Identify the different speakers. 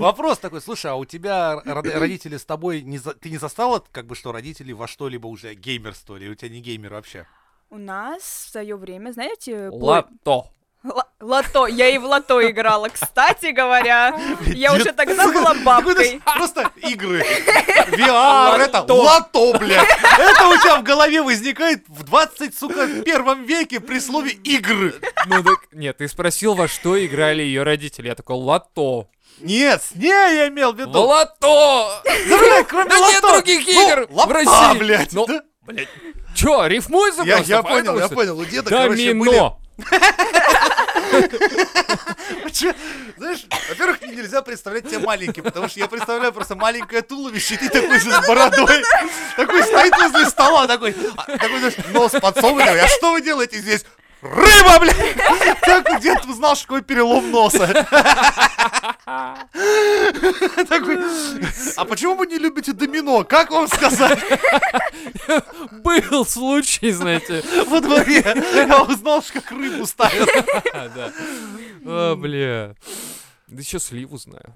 Speaker 1: Вопрос такой, слушай, а у тебя род- родители с тобой, не за- ты не застала, как бы, что родители во что-либо уже геймерство, или у тебя не геймер вообще?
Speaker 2: У нас в свое время, знаете, по-
Speaker 3: Лото.
Speaker 2: Ла- лото. Я и в лото играла, кстати говоря. Я
Speaker 1: Дед-
Speaker 2: уже тогда была бабкой.
Speaker 1: Просто игры,
Speaker 3: А,
Speaker 1: VR, это, лото, блядь. Это у тебя в голове возникает в 20, сука, первом веке при слове игры.
Speaker 3: Ну так, нет, ты спросил, во что играли ее родители. Я такой, лото.
Speaker 1: Нет, с ней я имел в
Speaker 3: В
Speaker 1: виду.
Speaker 3: лото!
Speaker 1: Да, блядь, кроме
Speaker 3: Да Ну, нет
Speaker 1: лото.
Speaker 3: других
Speaker 1: Ну,
Speaker 3: игр в
Speaker 1: лапа,
Speaker 3: России.
Speaker 1: блядь,
Speaker 3: Ну,
Speaker 1: да.
Speaker 3: блядь. Чё, рифмуется
Speaker 1: Я,
Speaker 3: просто?
Speaker 1: я
Speaker 3: поэтому
Speaker 1: понял, я
Speaker 3: что-
Speaker 1: понял. У деда, короче, были...
Speaker 3: Домино.
Speaker 1: Чё, Знаешь, во-первых, нельзя представлять тебя маленьким, потому что я представляю просто маленькое туловище, и ты такой же с бородой, такой стоит возле стола, такой, а, такой, знаешь, нос подсовывает, такой, а что вы делаете здесь? Рыба, блядь! Так дед узнал, что такое перелом носа. Такой, а почему вы не любите домино? Как вам сказать?
Speaker 3: Был случай, знаете.
Speaker 1: Во дворе я узнал, что как рыбу ставят.
Speaker 3: А, да. А, бля. Да еще сливу знаю.